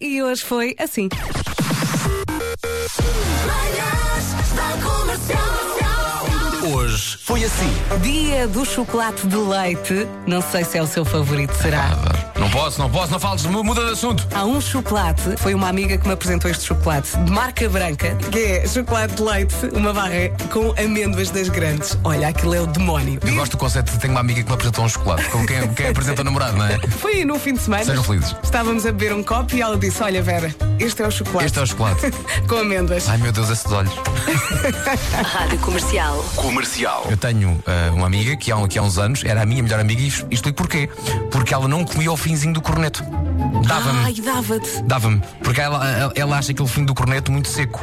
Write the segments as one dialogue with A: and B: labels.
A: e hoje foi assim.
B: Manhãs da Comercial.
C: Hoje foi assim.
A: Dia do chocolate de leite. Não sei se é o seu favorito, será?
C: Não posso, não posso, não fales, mu- muda de assunto.
A: Há um chocolate, foi uma amiga que me apresentou este chocolate, de marca branca, que é chocolate de leite, uma barra com amêndoas das grandes. Olha, aquilo é o demónio.
C: Eu gosto do conceito de tenho uma amiga que me apresentou um chocolate, como quem, quem apresenta o namorado, não é?
A: Foi no fim de semana.
C: Sejam felizes.
A: Estávamos a beber um copo e ela disse: Olha, Vera, este é o chocolate.
C: Este é o chocolate.
A: Com amêndoas.
C: Ai meu Deus, esses olhos.
D: Rádio Comercial.
E: Comercial.
C: Eu tenho ah, uma amiga que há, um- que há uns anos era a minha melhor amiga e es- e explico porquê. Porque ela não comia o finzinho do corneto. Dava-me.
A: Ai, dava-te.
C: Dava-me, porque ela, ela- ela acha aquele fim do corneto muito seco.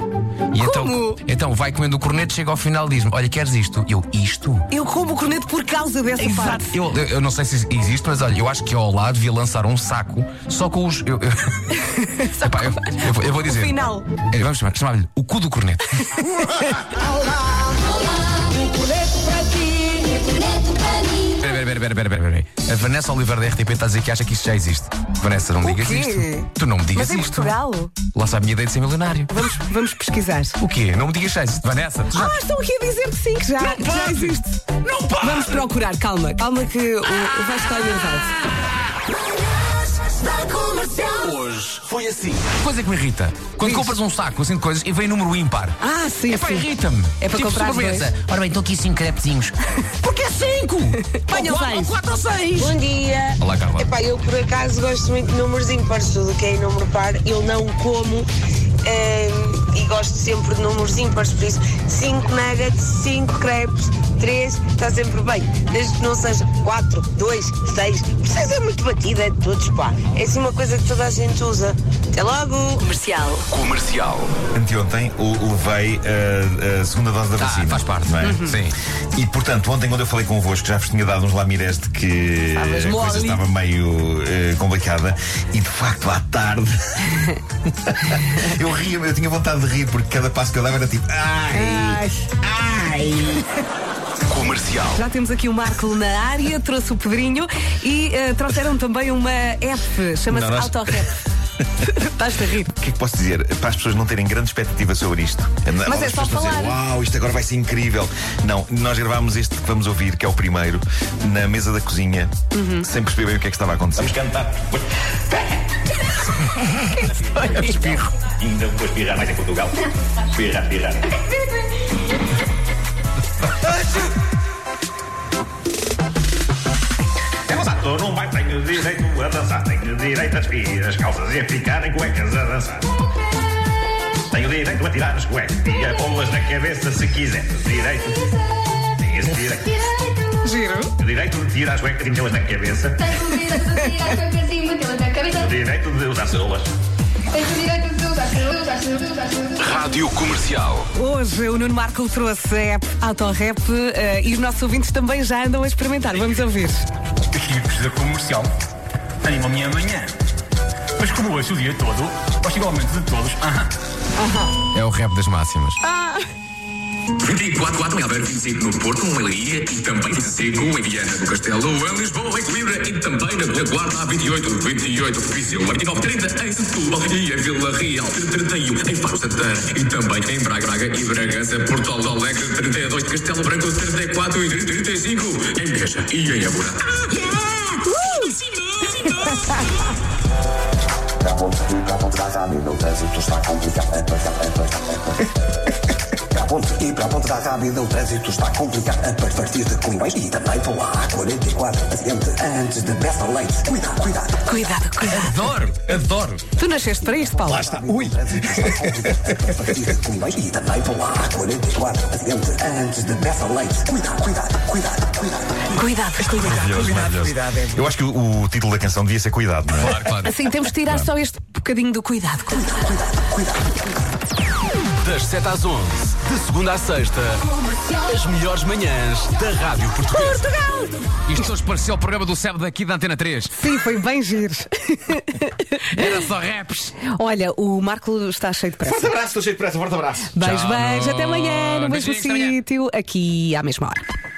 A: Como?
C: E então, então vai comendo o corneto, chega ao final e diz-me: Olha, queres isto? Eu, isto?
A: Eu como o corneto por causa dessa parte.
C: Tá, Eu, eu- eu não sei se existe, mas olha, eu acho que ao lado devia lançar um saco só com os. Eu, eu- Epá, eu- eu vou- eu vou dizer.
A: O final.
C: Eh, Vamos chamar- chamar-lhe o cu do corneto.
B: Neto para mim.
C: Pera, pera, pera, pera, pera, pera, pera. A Vanessa Oliveira da RTP está a dizer que acha que isto já existe. Vanessa, não me
A: O
C: digas
A: quê?
C: isto. Tu não me digas
A: Mas em
C: isto.
A: Portugal? Ah,
C: Lá sabe a minha ideia de ser milionário.
A: Vamos, vamos pesquisar.
C: O quê? Não me digas já isto. Vanessa, tu já.
A: Ah, estão aqui a dizer que sim, que já, que já existe.
C: Não pode!
A: Vamos procurar, calma, calma que o, o Vasco está nervoso.
B: Manhãs da Comercial.
E: Hoje foi assim.
C: Coisa que me irrita. Quando compras um saco assim de coisas e vem número ímpar.
A: Ah, sim,
C: É pá,
A: sim.
C: irrita-me.
A: É para
C: tipo
A: comprar
C: sobremesa.
A: dois.
C: Ora bem, estão aqui cinco crepezinhos. Porque é cinco?
A: Venham
C: Ou quatro-
A: seis.
C: ou quatro ou seis.
F: Bom dia.
C: Olá, Carla.
F: Epá, eu por acaso gosto muito de números ímpares, tudo o que é em número par eu não como ehm, e gosto sempre de números ímpares, por isso 5 nuggets, 5 crepes, 3, está sempre bem, desde que não seja 4, 2, 6, precisa é muito batida é de todos, pá. É assim uma coisa que toda a gente usa. Até logo!
D: Comercial.
E: Comercial.
G: Anteontem o- levei a, a segunda dose da
C: Ah,
G: vacina.
C: faz parte.
A: Hum.
G: não é?
C: Sim.
G: E portanto, ontem quando eu falei convosco, já vos tinha dado uns lamirés de que a
A: Estavas
G: coisa
A: Ah, mole.
G: estava meio eh, complicada. E de facto, à tarde. eu ria, eu tinha vontade de rir, porque cada passo que eu dava era tipo. Ai!
A: Ai, Ah.
E: Comercial.
A: já temos aqui o Marco na área, trouxe o Pedrinho e eh, trouxeram também uma app, chama-se
G: Não, nós-
A: Autorep. Estás-te a rir.
G: O que é que posso dizer? Para as pessoas não terem grande expectativa sobre isto. As
A: é só
G: pessoas estão a dizer,
A: falar.
G: Uau, isto agora vai ser incrível. Não, nós gravámos este que vamos ouvir, que é o primeiro, na mesa da cozinha,
A: Uhum.
G: sem perceber bem o que é que estava a acontecer.
H: cantar. Depois... Ainda vou espirrar mais em Portugal. Espirrar, espirrar. Dançador não vai, tenho direito a dançar. Tenho direito a despir as calças e a ficar em cuecas a dançar. Tenho direito a tirar as cuecas e a pô-las na cabeça se quiser. Direito. Tenho esse direito.
A: Giro.
H: Direito de tirar as cuecas e metê-las na cabeça.
I: Tens o direito de tirar a cabecinha pela da cabeça.
H: Direito de usar células.
I: Tens o direito de usar cabelos, usar cabelos, usar cabelos.
E: Rádio Comercial.
A: Hoje o Nuno Marco trouxe a app Autorep eh, e os nossos ouvintes também já andam a experimentar. Vamos ouvir.
J: equipes da comercial animam-me amanhã. Mas como hoje o dia todo, gosto igualmente de todos. Aham.
C: É o rap das máximas.
K: 24, 4 em Alberto, 25 no Porto, em Leiria e também 25 em Viana do Castelo, em Lisboa, em Coimbra e também na Guarda, há 28, 28, Viseu, 29, 30 em Setúbal e em Vila Real, 31 em Faro Santana e também em Braga, Braga e Bragança, Porto Alegre, 32, Castelo Branco, 34 e 35 em Beja e em Abura.
L: Ponte e para a ponte da rábida o trânsito está complicado a partir de Coimbais e também pela A44 adiante antes de Bessa Leite. Cuidado, cuidado.
A: Cuidado, cuidado.
C: Adoro, adoro.
A: Tu nasceste para isto, Paulo.
L: Ui! a partir de Coimbais e também pela A44 adiante antes de Bessa Leite. Cuidado, cuidado, cuidado, cuidado.
A: Cuidado, cuidado. é
G: Eu acho que o, o título da canção devia ser Cuidado, não é?
C: Claro, claro.
A: Assim temos de tirar só este bocadinho do cuidado.
C: Das 7 às 11, de segunda à sexta, as melhores manhãs da Rádio Portuguesa. Isto hoje pareceu o programa do SEB daqui da Antena 3.
A: Sim, foi bem giro.
C: Era só raps.
A: Olha, o Marco está cheio de pressa.
G: Forte abraço, estou cheio de pressa, forte abraço.
A: Beijo,
C: Tchau,
A: beijo. Até
C: Nuno.
A: amanhã, no mesmo
C: Beijinhos, até amanhã.
A: sítio, aqui à mesma hora.